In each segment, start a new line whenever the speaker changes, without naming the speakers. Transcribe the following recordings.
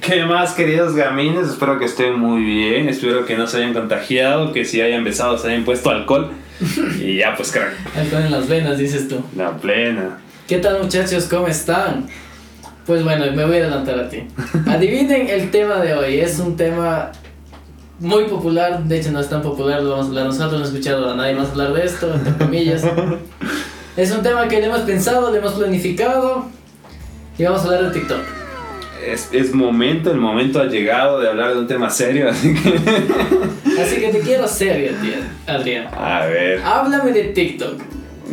¿Qué más, queridos gamines? Espero que estén muy bien. Espero que no se hayan contagiado, que si hayan besado se hayan puesto alcohol. y ya, pues, crack.
Alcohol en las venas, dices tú.
La plena.
¿Qué tal, muchachos? ¿Cómo están? Pues bueno, me voy a adelantar a ti. Adivinen el tema de hoy. Es un tema muy popular. De hecho, no es tan popular. Lo vamos a hablar nosotros. No he escuchado a nadie más hablar de esto, entre comillas. es un tema que le hemos pensado, le hemos planificado. Y vamos a hablar de TikTok.
Es, es momento, el momento ha llegado de hablar de un tema serio, así que.
Así que te quiero serio, tía- Adrián.
A ver.
Háblame de TikTok.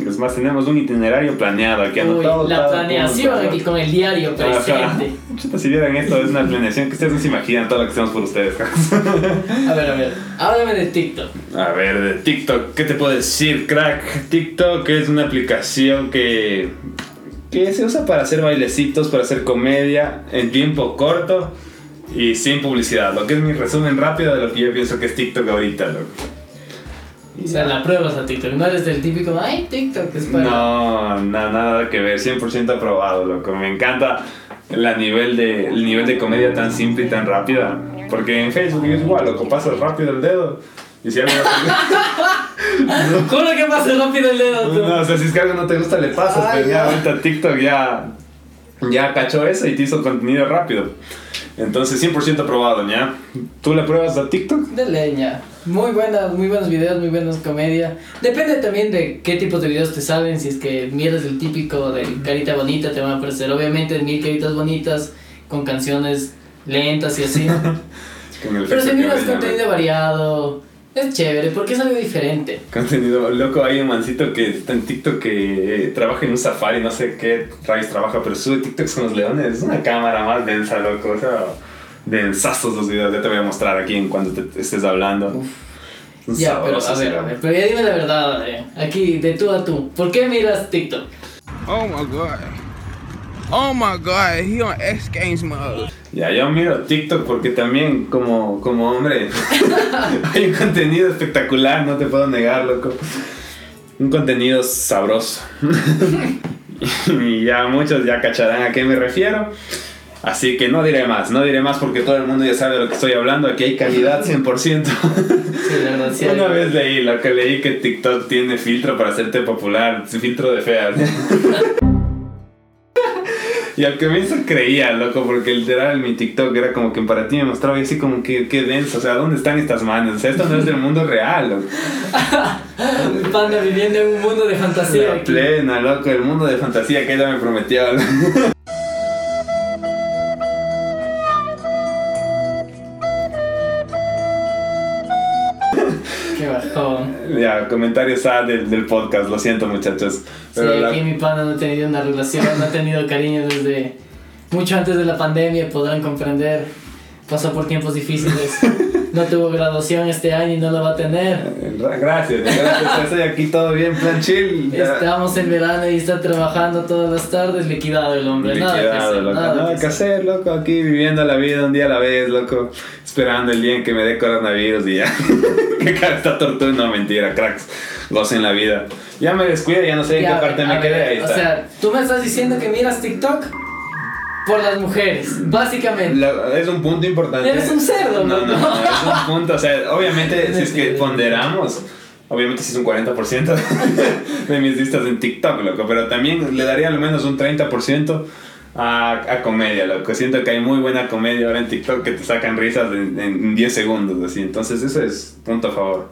Es más, tenemos un itinerario planeado aquí
Uy,
anotado.
la
cada
planeación
punto.
aquí con el diario
Ajá.
presente.
Chuta, si vieran esto, es una planeación que ustedes no se imaginan todo lo que hacemos por ustedes.
A ver, a ver. Háblame de TikTok.
A ver, de TikTok, ¿qué te puedo decir, crack? TikTok es una aplicación que, que se usa para hacer bailecitos, para hacer comedia en tiempo corto y sin publicidad. Lo que es mi resumen rápido de lo que yo pienso que es TikTok ahorita, loco.
O sea, la pruebas a TikTok. No eres del típico, ay, TikTok es para.
No, na- nada que ver, 100% aprobado, loco. Me encanta la nivel de, el nivel de comedia tan simple y tan rápida. Porque en Facebook es igual, loco, pasas rápido el dedo y si algo no
Juro que pasa rápido el dedo
te-
tú.
Pues no, o sea, si es que algo no te gusta, le pasas,
Ay,
pero ya
no.
ahorita TikTok ya, ya cachó eso y te hizo contenido rápido. Entonces, 100% aprobado, ¿ya? ¿Tú le pruebas a TikTok?
De leña. Muy buenas, muy buenos videos, muy buenas comedia. Depende también de qué tipos de videos te salen. Si es que mierdas el típico de carita bonita, te van a aparecer obviamente mil caritas bonitas con canciones lentas y así.
Con el
Pero si
efecto Pues que
miras
me llama.
contenido variado, es chévere porque es algo diferente.
Contenido loco, hay un mancito que está en TikTok que eh, trabaja en un safari, no sé qué rayos trabaja, pero sube TikToks con los leones. Es una cámara más densa, loco. O sea, densazos los videos. Ya te voy a mostrar aquí en cuando te estés hablando. Un
Ya, pero
sabroso
a ver,
será.
a ver, pero ya dime la verdad, Adrián. Aquí, de tú a tú. ¿Por qué miras TikTok?
Oh my god. Oh my god, he on X Games mode.
Ya, yo miro TikTok porque también, como, como hombre, hay un contenido espectacular, no te puedo negar, loco. Un contenido sabroso. y ya muchos ya cacharán a qué me refiero. Así que no diré más, no diré más porque todo el mundo ya sabe de lo que estoy hablando. Aquí hay calidad 100%.
Sí, la verdad, sí.
Una vez leí, lo que leí que TikTok tiene filtro para hacerte popular, filtro de feas. Y al comienzo creía, loco, porque literal mi TikTok era como que para ti me mostraba y así como que qué denso, o sea, ¿dónde están estas manos? O sea, esto no es del mundo real, loco.
Un panda viviendo en un mundo de fantasía.
La
aquí.
plena, loco, el mundo de fantasía que ella me prometía. loco.
Qué bajón.
ya, comentarios ah, del, del podcast, lo siento muchachos.
Sí,
Pero la-
aquí mi panda no ha tenido una relación, no ha tenido cariño desde mucho antes de la pandemia, podrán comprender. Pasó por tiempos difíciles. No tuvo graduación este año y no la va a tener.
Gracias, gracias, estoy aquí todo bien, plan chill. ya.
Estamos en verano y está trabajando todas las tardes, liquidado el hombre. nada que
Liquidado,
hacer,
loco.
nada que hacer.
hacer, loco. Aquí viviendo la vida un día a la vez, loco. Esperando el día en que me dé coronavirus y ya. Qué cara está tortuga. No, mentira, cracks. Gocen la vida. Ya me descuida, ya no sé en
Ya,
qué parte
a
me
ver,
quedé. Ahí
o
está.
sea, tú me estás diciendo que miras TikTok por las mujeres, básicamente.
La- es un punto importante.
Eres un cerdo,
no, no,
loco.
no, es un punto. O sea, obviamente, si es que ponderamos, obviamente si es un 40% de mis vistas en TikTok, loco. Pero también le daría al menos un 30% a, a comedia, loco. Siento que hay muy buena comedia ahora en TikTok que te sacan risas en, en 10 segundos, así. Entonces, eso es punto a favor.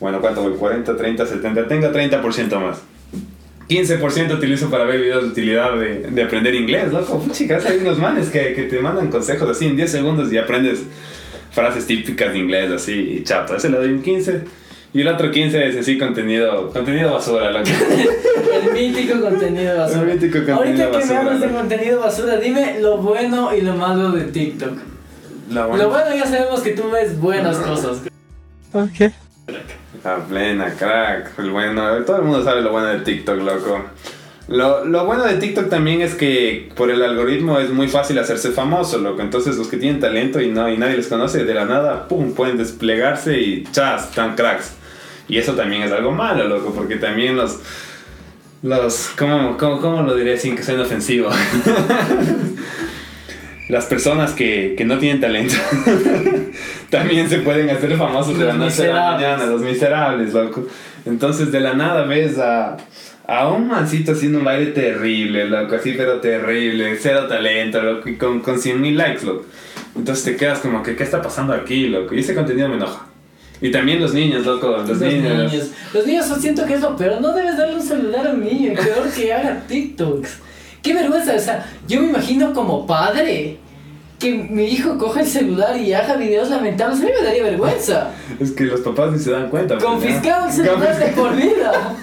Bueno, ¿cuánto voy? 40, 30, 70. Tengo 30% más. 15% utilizo para ver videos de utilidad de, de aprender inglés, loco. Chicas, hay unos manes que, que te mandan consejos así en 10 segundos y aprendes frases típicas de inglés así y chato. A ese le doy un 15. Y el otro 15 es así contenido, contenido basura, loco.
El mítico contenido basura.
El mítico contenido
Ahorita que me
basura,
hablas de
loco.
contenido basura, dime lo bueno y lo malo de TikTok.
La
Lo bueno ya sabemos que tú ves buenas cosas.
La plena, crack. El bueno. Todo el mundo sabe lo bueno de TikTok, loco. Lo, lo bueno de TikTok también es que por el algoritmo es muy fácil hacerse famoso, loco. Entonces los que tienen talento y, no, y nadie les conoce, de la nada, pum, pueden desplegarse y chas, tan cracks. Y eso también es algo malo, loco, porque también los... los ¿Cómo, cómo, cómo lo diré sin que sea inofensivo? las personas que, que no tienen talento también se pueden hacer famosos de la
Los
noche a la
miserables.
mañana, los miserables, loco. Entonces de la nada ves a, a un mancito haciendo un baile terrible, loco, así pero terrible, cero talento, loco, y con, con 100 mil likes, loco. Entonces te quedas como que, ¿qué está pasando aquí, loco? Y ese contenido me enoja. Y también los niños, loco, los,
Los
niños.
niños. Los niños son- siento que es lo peor. No debes darle un celular a un niño. Peor que haga TikToks. Qué vergüenza. O sea, yo me imagino como padre que mi hijo coja el celular y haga videos lamentables. A mí me daría vergüenza.
Es que los papás ni se dan cuenta. pues, ¿ya?
Confiscado el celular de por vida.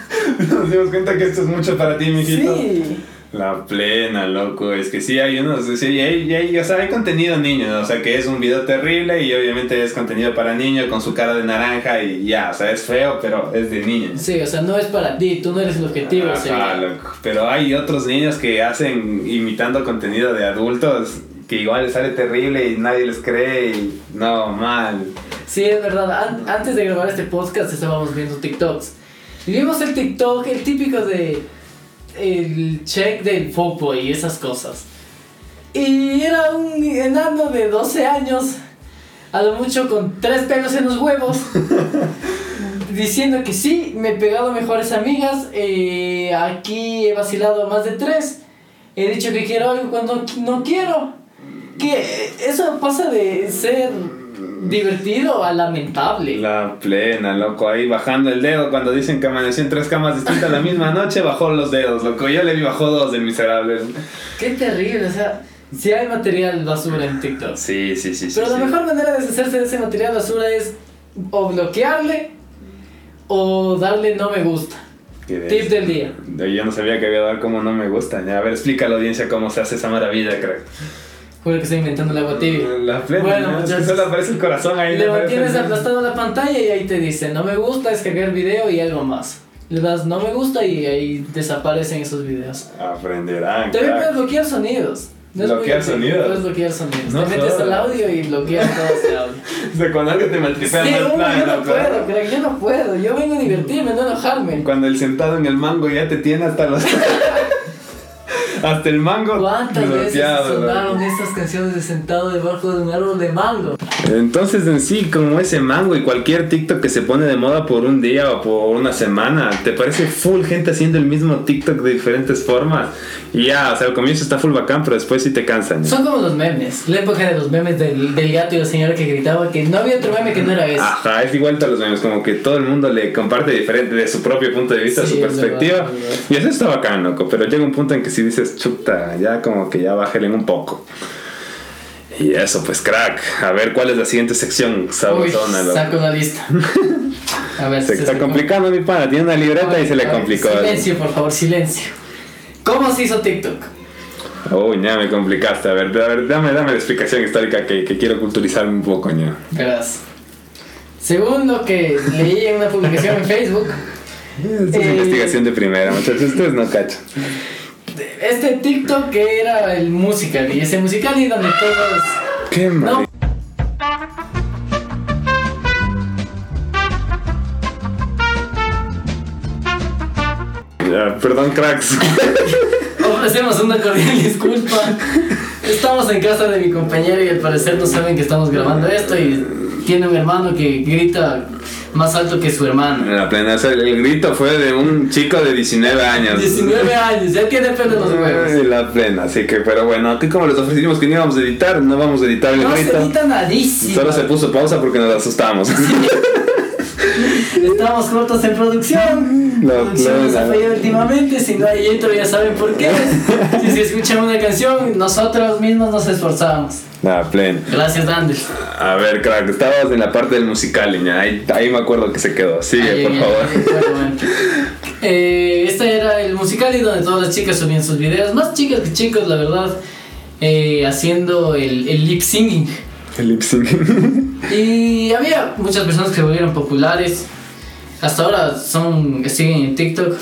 Nos dimos cuenta que esto es mucho para ti, mijito.
Sí.
La plena, loco. Es que sí, hay unos. Sí, hay, hay- o sea, hay contenido niño, ¿no? O sea, que es un video terrible y obviamente es contenido para niño con su cara de naranja y ya. O sea, es feo, pero es de niño.
Sí, o sea, no es para ti. Tú no eres el objetivo.
Ah,
o sea.
Ajá, loco. Pero hay otros niños que hacen imitando contenido de adultos que igual les sale terrible y nadie les cree y no, mal.
Sí, es verdad. An- antes de grabar este podcast estábamos viendo TikToks. Y vimos el TikTok, el típico de. El check del foco y esas cosas. Y era un enano de 12 años, a lo mucho con tres pelos en los huevos, diciendo que sí, me he pegado mejores amigas, eh, aquí he vacilado a más de tres, he dicho que quiero algo cuando no quiero. Que eh, eso pasa de ser divertido a lamentable.
La plena, loco, ahí bajando el dedo cuando dicen que amaneció en tres camas distintas la misma noche, bajó los dedos, loco. Yo le vi bajó dos del miserable.
Qué terrible, o sea, si hay material basura en TikTok.
Sí, sí, sí, sí.
Pero la
sí.
mejor manera de deshacerse de ese material basura es o bloquearle o darle no me gusta.
Qué de-
Tip del día.
Yo no sabía que había dado como no me gusta. Ya, a ver, explica a la audiencia cómo se hace esa maravilla, crack.
Juro que estoy inventando el agua tibia.
La plena,
Bueno,
¿no? Es que
muchachos.
solo aparece el corazón Mm, ahí.
Le
no aparece
mantienes
nada.
aplastado la pantalla y ahí te dice no me gusta, descargar video y algo más. Le das no me gusta y ahí desaparecen esos videos.
Aprenderán,
También puedes
crack.
bloquear sonidos. es muy
¿Bloquear
útil,
sonidos?
Puedes bloquear sonidos.
No
te metes al
jodas.
audio y bloqueas todo ese audio.
O sea, cuando algo te
Sí,
maltripea, mal
uno,
plan,
yo no
loco.
puedo, crack, yo no puedo. Yo vengo a divertirme, no a enojarme.
Cuando el sentado en el mango ya te tiene hasta los... hasta el mango
¿Cuántas veces
bloqueado, loco.
sonaron estas canciones de sentado debajo de un árbol de mango?
Entonces en sí, como ese mango y cualquier TikTok que se pone de moda por un día o por una semana, te parece full gente haciendo el mismo TikTok de diferentes formas. Y ya, o sea, al comienzo está full bacán, pero después sí te cansan.
Son como los memes, la época de los memes del, del gato y la señora que gritaba que no había otro meme que no era ese.
Ajá, es igual a los memes, como que todo el mundo le comparte diferente de su propio punto de vista, su
Sí, es
perspectiva.
verdad, es verdad.
y eso está bacán, loco, pero llega un punto en que si dices, chuta, ya como que ya bájale un poco. Y eso, pues crack. A ver cuál es la siguiente sección,
Uy,
sabrosona, loco.
saco la lista. A ver,
Se
si
está
se-
complicando mi pana, tiene una libreta y se
A
le
ver,
complicó.
Silencio, por favor, silencio. ¿Cómo se hizo TikTok?
Uy, ya me complicaste. A ver, a ver, dame, dame la explicación histórica que, que quiero culturizarme un poco, ña.
Verás. Según lo que leí en una publicación en Facebook,
Esto es
Eh.
investigación de primera, muchachos. Ustedes no cachan.
este TikTok que era el musical y ese musical y donde todos
Qué mal.
no
Ya, perdón, cracks.
ofrecemos una cordial disculpa estamos en casa de mi compañero y al parecer no saben que estamos grabando esto y tiene un hermano que grita más alto que su hermana
La plena, o sea, el, el grito fue de un chico de 19 años.
19 años ya tiene pelo en los huevos
Ay, La plena, así que, pero bueno, aquí como les ofrecimos que no íbamos a editar, no vamos a editar el
no se
grito.
grita
Solo
nadísimo
se puso pausa porque nos asustamos.
estamos cortos en producción
La
producción nos ha
plena.
fallado últimamente si no hay intro ya saben por qué si se escuchan una canción nosotros mismos nos esforzamos
La plena.
gracias Andrés
A ver, crack, estabas en la parte del musical, niña. Ahí, ahí me acuerdo que se quedó. Sigue,
Ay,
por
ay,
favor.
ay, bueno, bueno. Eh, este era el musical y donde todas las chicas subían sus videos, más chicas que chicos, la verdad, eh, haciendo el, el lip singing.
El lip sync.
Y había muchas personas que se volvieron populares, hasta ahora son siguen en TikTok.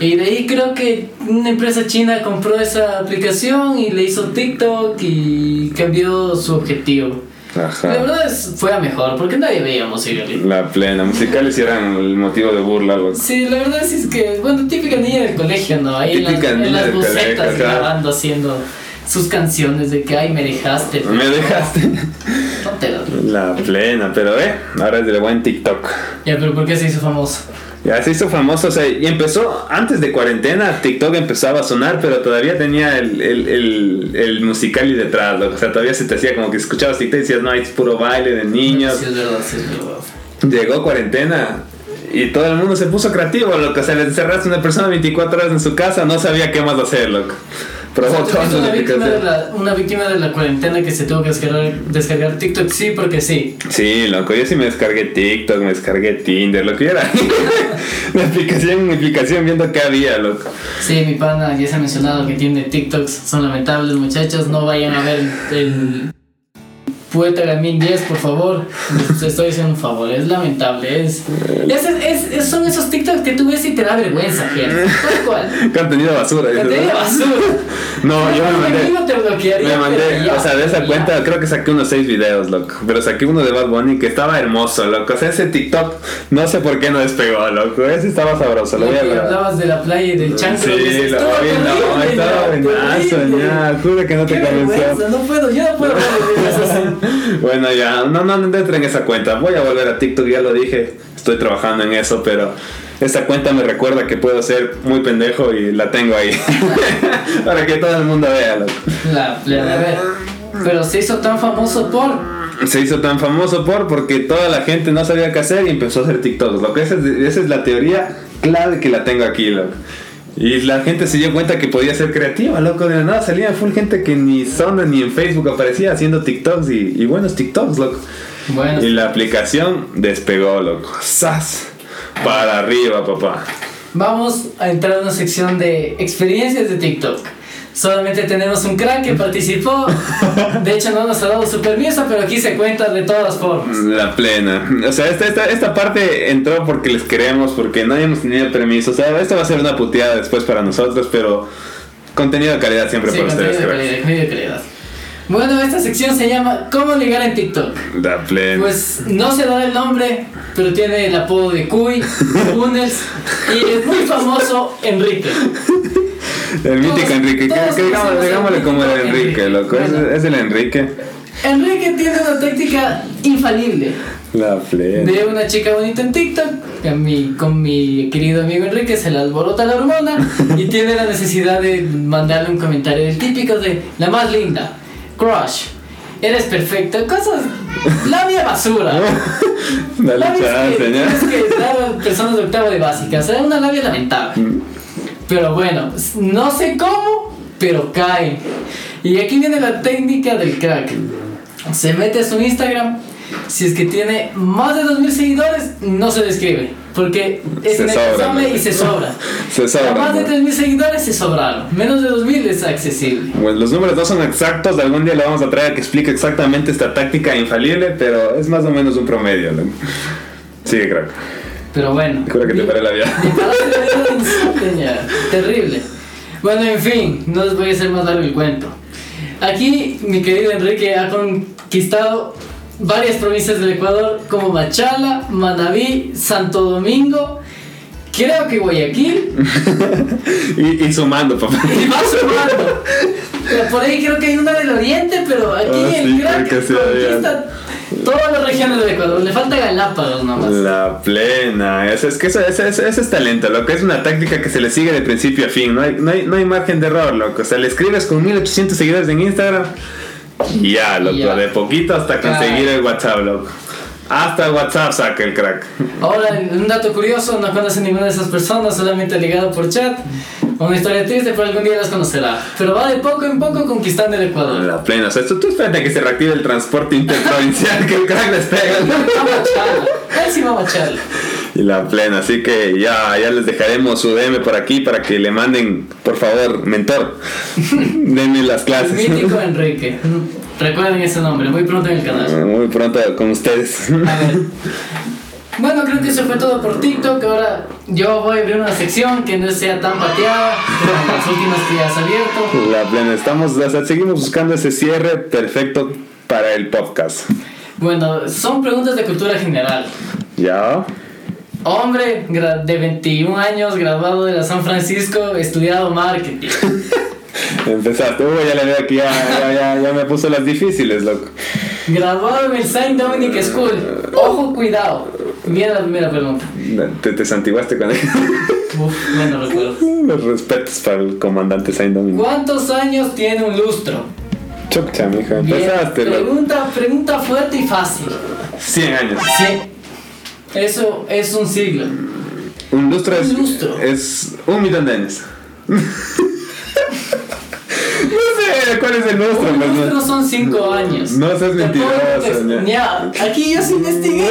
Y de ahí creo que una empresa china compró esa aplicación y le hizo TikTok y cambió su objetivo. La
Ajá.
verdad es, fue a mejor, porque nadie veía música lip
La plena. Musicales eran el motivo de burla, loco.
Sí, la verdad sí es que, bueno, típica niña del colegio, ¿no? Ahí en las-
Típica
en
niña
las,
del
bucetas
colegio, claro.
grabando, haciendo sus canciones de que, ay, me dejaste.
Me dejaste.
No te lo-
La plena, pero eh, ahora es del buen TikTok.
Ya, pero ¿por qué se hizo famoso?
Ya se hizo famoso, o sea, y empezó antes de cuarentena, TikTok empezaba a sonar, pero todavía tenía el, el, el, el musical y detrás, loco. o sea, todavía se te hacía como que escuchabas TikTok y decías, no, es puro baile de niños.
Sí, es verdad, sí, es verdad.
Llegó cuarentena y todo el mundo se puso creativo, loco, o sea, le encerraste a una persona 24 horas en su casa, no sabía qué más hacer, loco. Probó
O sea,
todas
es
las
una, víctima de
aplicaciones.
la, una víctima de la cuarentena que se tuvo que descargar, descargar TikTok, sí, porque sí.
Sí, loco, yo sí me descargué TikTok, me descargué Tinder, lo que era. de aplicación en aplicación viendo qué había, loco.
Sí, mi pana, ya se ha mencionado que tiene TikToks, son lamentables, muchachos, no vayan a ver el- el Poeta Gamín 10, por favor. Les estoy haciendo un favor, es lamentable, es, es- es- es- son esos TikToks que tú ves y te da vergüenza, gente. Tal cual.
Contenido basura,
Te
dices,
da
¿no?
basura.
No, yo me
Aquí no
mandé.
te bloquearía,
Me
pero
mandé,
ya,
o sea, de esa
ya.
cuenta creo que saqué unos seis videos, loco. Pero saqué uno de Bad Bunny que estaba hermoso, loco. O sea, ese TikTok, no sé por qué no despegó, loco. Ese estaba sabroso, lo voy a
Lo que
ver.
hablabas de la playa y del chancro.
Sí,
pues,
lo
estaba
vi, no,
horrible,
estaba
ya,
buenazo,
horrible.
ya. Juro que no
Qué
te convenció.
vergüenza, no puedo, yo no puedo hablar de
Bueno, ya, no, no, no entren en esa cuenta. Voy a volver a TikTok, ya lo dije. Estoy trabajando en eso, pero esa cuenta me recuerda que puedo ser muy pendejo y la tengo ahí. Para que todo el mundo vea, loco.
eso. La plena, a ver. Pero se hizo tan famoso por.
se hizo tan famoso por porque toda la gente no sabía qué hacer y empezó a hacer TikToks. Lo que esa es, esa es la teoría clave que la tengo aquí, loco. Y la gente se dio cuenta que podía ser creativa, loco. De la nada salía full gente que ni Sona ni en Facebook aparecía haciendo TikToks y, y buenos TikToks, loco.
Bueno,
Y la aplicación despegó, loco. ¡Sas! Para arriba, papá.
vamos a entrar a una sección de experiencias de TikTok. Solamente tenemos un crack que participó. De hecho, no nos ha dado su permiso, pero aquí se cuenta de todas formas.
La plena. O sea, esta, esta, esta parte entró porque les queremos, porque no habíamos tenido permiso. O sea, esta va a ser una puteada después para nosotros, pero contenido de calidad siempre
Sí,
para
contenido
ustedes.
de
cracks.
calidad, contenido de calidad. Bueno, esta sección se llama ¿Cómo ligar en TikTok?
La plena.
Pues no se da el nombre, pero tiene el apodo de Cuy, Funnels y es muy famoso Enrique.
el mítico
todos-
Enrique. que-
todos
que digamos-
conocemos
digámosle
al
como el
mítico
Enrique,
Enrique.
loco. Es,
Bueno.
es el Enrique.
Enrique tiene una táctica infalible
La plena.
de una chica bonita en TikTok. que a mí- con mi querido amigo Enrique se le alborota la hormona y tiene la necesidad de mandarle un comentario del típico de la más linda, crush, eres perfecta, cosas, labia basura.
Dale
Labias
chance,
que
ya.
tienes que dar a personas de octavo de básica. Será una labia lamentable.
Mm.
Pero bueno, no sé cómo, pero cae. Y aquí viene la técnica del crack. Se mete a su Instagram. Si es que tiene más de 2.000 seguidores, no se describe. Porque es
Se sobra,
inalcanzable
¿no?
y se sobra.
Se
A
sobra.
más de
¿no?
3.000 seguidores se sobraron. Menos de 2.000 es accesible.
Bueno, Pues los números no son exactos, algún día le vamos a traer que explique exactamente esta táctica infalible, pero es más o menos un promedio. loco. Sí, crack.
Pero bueno.
Juro que te paré la vida.
Mi padre era un señor, Terrible. Bueno, en fin, no les voy a hacer más largo el cuento. Aquí mi querido Enrique ha conquistado varias provincias del Ecuador como Machala, Manabí, Santo Domingo, creo que Guayaquil
Y, y sumando, papá.
y va sumando. Pero por ahí creo que hay una del Oriente, pero aquí
Ah,
el
sí,
crack
creo que sí había.
conquista todas las regiones del Ecuador. Le falta Galápagos nomás.
La plena. Es, es que eso, eso- eso- eso es talento, loco. Es una táctica que se le sigue de principio a fin. No hay, no hay, no hay margen de error, loco. O sea, le escribes con 1800 seguidores en Instagram. Y ya, loco.
Ya.
De poquito hasta conseguir el WhatsApp, loco. Hasta el WhatsApp saca el crack.
Ahora, un dato curioso, no conoce ninguna de esas personas, solamente ligado por chat. Una historia triste, pero algún día las conocerá. Pero va de poco en poco conquistando el Ecuador.
La plena. O sea, tú, tú espérate que se reactive el transporte interprovincial que el crack les pega. ¿no?
Vamos a Chala. Él sí va a Chala.
Y la plena, así que ya, ya les dejaremos su DM por aquí para que le manden, por favor, mentor, denme las
El
clases.
mítico Enrique. Recuerden ese nombre, muy pronto en el canal.
Muy pronto con ustedes.
A ver. Bueno, creo que eso fue todo por TikTok. Ahora yo voy a abrir una sección que no sea tan pateada como las últimas que ya has abierto.
La plena, estamos, o sea, seguimos buscando ese cierre perfecto para el podcast.
Bueno, son preguntas de cultura general.
¿Ya?
Hombre gra- de 21 años, graduado de la San Francisco, estudiado marketing.
Empezaste, uy, ya le veo aquí, ya, ya, ya, ya me puso las difíciles, loco.
Grabado en el Saint Dominic School. Ojo, cuidado. Mira la primera pregunta.
Te, te santiguaste con él.
Uf, bueno, recuerdo.
Los respetos para el comandante Saint Domingo.
¿Cuántos años tiene un lustro?
Chucha, mijo,
Bien,
empezaste, loco.
pregunta, pregunta fuerte y fácil.
100 años.
Sí. Eso es un siglo.
Un lustro es.
Un lustro.
Es un millón de años. no sé cuál es el lustro,
Un
pues, no.
lustro son cinco años.
No seas
Te pongo
mentiroso,
contexto.
ya.
Ya, Aquí yo sí investigué.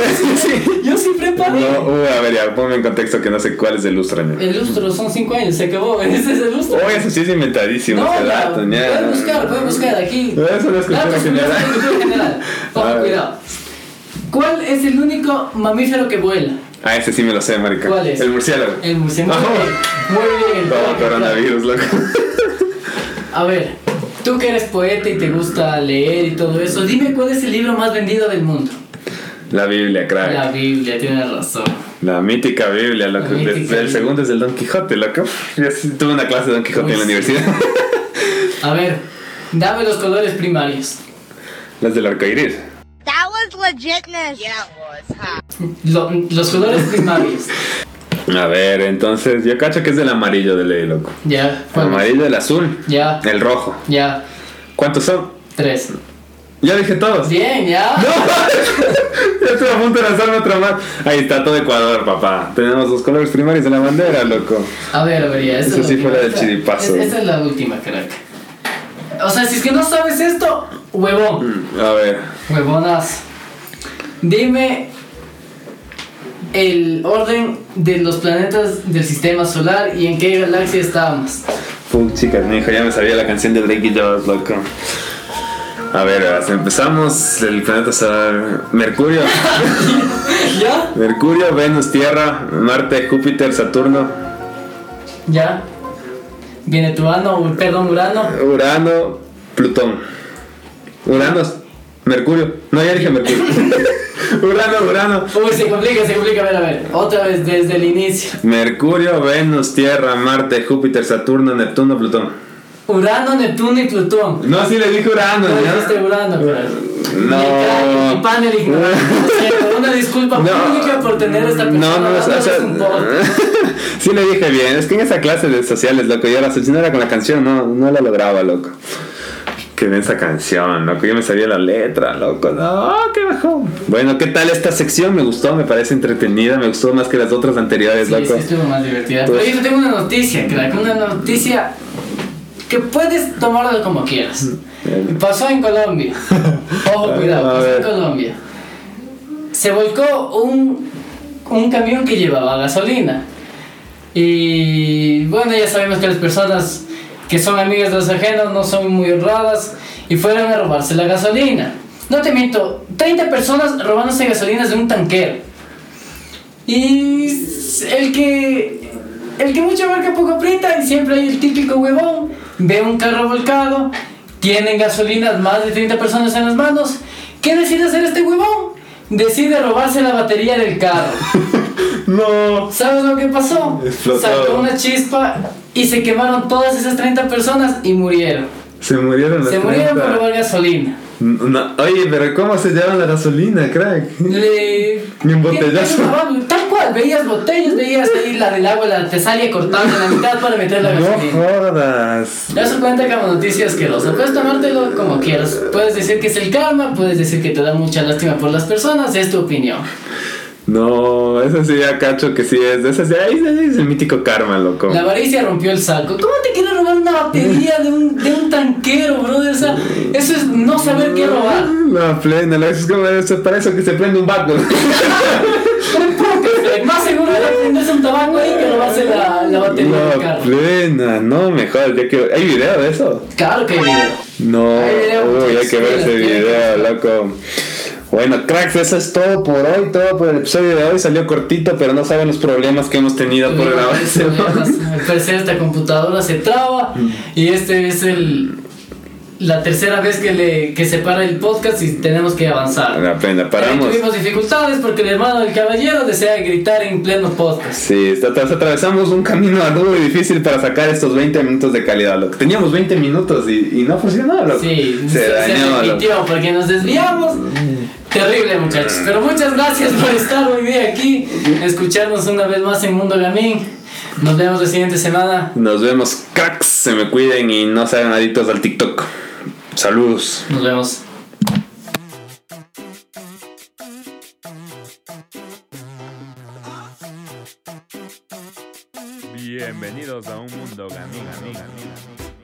Yo sí preparé.
No, uy, a ver, ya, ponme en contexto que no sé cuál es el lustro, ña.
El lustro son cinco años. Se acabó. Ese es el lustro.
Uy, eso sí es inventadísimo,
No,
ese
ya,
dato, ña.
pueden buscar, Ah, pueden buscar aquí.
Eso no es cultura
Datos
general.
curiosos de cultura general.
A
Ojo,
ver.
cuidado. ¿Cuál es el único mamífero que vuela?
Ah, ese sí me lo sé, marica.
¿Cuál es?
El murciélago.
El murciélago.
Vamos.
Muy bien.
Ah, Todo coronavirus, loco.
A ver, tú que eres poeta y te gusta leer y todo eso, dime cuál es el libro más vendido del mundo.
La Biblia, crack.
La
La,
Biblia, tienes razón.
mítica Biblia, loco.
La mítica
Desde el
Biblia.
segundo es el Don Quijote, loco. Yo sí tuve una clase de Don Quijote
Uy,
en la
sí.
universidad.
A ver, dame los colores primarios.
Las del arcoíris.
That was legitness. Yeah, it was, huh?
Lo- los colores primarios.
A ver, entonces, yo cacho que es del amarillo de ley, loco.
Ya,
El
¿cuál?
amarillo, el azul,
Ya,
el rojo.
ya,
¿Cuántos son?
tres.
Ya dije todos.
Bien, ya.
¡No! ya estoy a punto de lanzarme otra más. Ahí está todo Ecuador, papá. Tenemos los colores primarios de la bandera, loco.
A ver, a ver, ya. esta
Eso
es
sí
última.
fue la del
Esta-
chiripazo.
es- Esta es la última, crack. O sea, si es que no sabes esto, huevón.
A ver.
Huevonas. Dime el orden de los planetas del sistema solar y en qué galaxia estábamos.
Fuck, chicas, mi hijo, ya me sabía la canción de Drake y Josh, loco. A ver, verás, empezamos el planeta solar. Mercurio.
¿Ya?
Mercurio, Venus, Tierra, Marte, Júpiter, Saturno,
¿Ya? Viene tu ano, perdón, Urano.
Urano, Plutón. Uranos, Mercurio. No, ya dije Mercurio. Urano, Urano.
Uy, se complica, se complica. A ver, a ver. Otra vez desde el inicio.
Mercurio, Venus, Tierra, Marte, Júpiter, Saturno, Neptuno, Plutón.
Urano, Neptuno y Plutón.
No, sí le dije Urano,
No
¿ya?
dijiste Urano, pero.
No.
Mi panel ignorante. Lo siento, Una disculpa pública por tener esta persona.
No, no, o sea, o sea,
dándonos un podcast.
sí le dije bien. Es que en esa clase de sociales, loco, yo la si no era con la canción, no, no la lograba, loco. Que en esa canción, loco, yo me sabía la letra, loco. No, Ah, qué bajón. Bueno, ¿qué tal esta sección? Me gustó, me parece entretenida, me gustó más que las otras anteriores,
Sí,
loco.
sí, estuvo más divertida.
Pues-
Pero yo te tengo una noticia, crack. Una noticia que puedes tomarla como quieras.
Mm. Bien.
Pasó en Colombia. Ojo,
A ver, a
cuidado, pasó
ver.
en Colombia. Se volcó un, un camión que llevaba gasolina. Y bueno, ya sabemos que las personas que son amigas de los ajenos no son muy honradas y fueron a robarse la gasolina. No te miento, 30 personas robándose gasolinas de un tanquero. Y el que el que mucho marca poco aprieta y siempre hay el típico huevón, ve un carro volcado, tienen gasolinas más de 30 personas en las manos, ¿qué decide hacer este huevón? Decide robarse la batería del carro.
No.
¿Sabes lo que pasó?
Explotó.
Saltó una chispa y se quemaron todas esas 30 personas y murieron.
Se murieron las
Se murieron
30.
por robar gasolina.
No, oye, pero ¿cómo se llevan la gasolina, crack?
Le...
Ni un botellazo.
Tal cual, veías botellas, veías ahí la del agua, la tesalia cortando en la mitad para meter la
No
gasolina.
jodas.
Ya se cuenta como noticia asquerosa. Puedes tomártelo como quieras. Puedes decir que es el karma, puedes decir que te da mucha lástima por las personas, es tu opinión.
No, esa sí ya cacho que sí es. Esa sí, ahí sí es el mítico karma, loco.
La avaricia rompió el saco. ¿Cómo te quieres robar una batería de un, de un tanquero, brother? O sea, eso es no saber qué robar.
La plena, la- es como eso, para eso que se prende un barco.
Más seguro era prenderse un tabaco ahí que robarse la, la batería del
La
carro.
plena, no me jodas, ya que hay video de eso.
Claro que hay video.
No,
Hay video,
uy, hay
muchachos,
que ver ese
tiene que
video, loco. Bueno, cracks, eso es todo por hoy, todo por el episodio de hoy. Salió cortito, pero no saben los problemas que hemos tenido por grabar ese Mm.
Al parecer esta computadora se traba y este es el la tercera vez que, le, que se para el podcast y tenemos que avanzar.
La pena, paramos.
Ahí tuvimos dificultades porque el hermano del caballero desea gritar en pleno podcast.
Sí, está- atras- atravesamos un camino arduo y difícil para sacar estos 20 minutos de calidad, loco. Teníamos 20 minutos y, y no funcionó, loco.
Sí,
se, dañó, loco.
repitió porque nos desviamos. Terrible, muchachos. Pero muchas gracias por estar hoy día aquí, escucharnos una vez más en Mundo Gaming. Nos vemos la siguiente semana.
Nos vemos, cracks. Se me cuiden y no sean adictos al TikTok. Saludos.
Nos vemos.
Bienvenidos a un mundo gaming.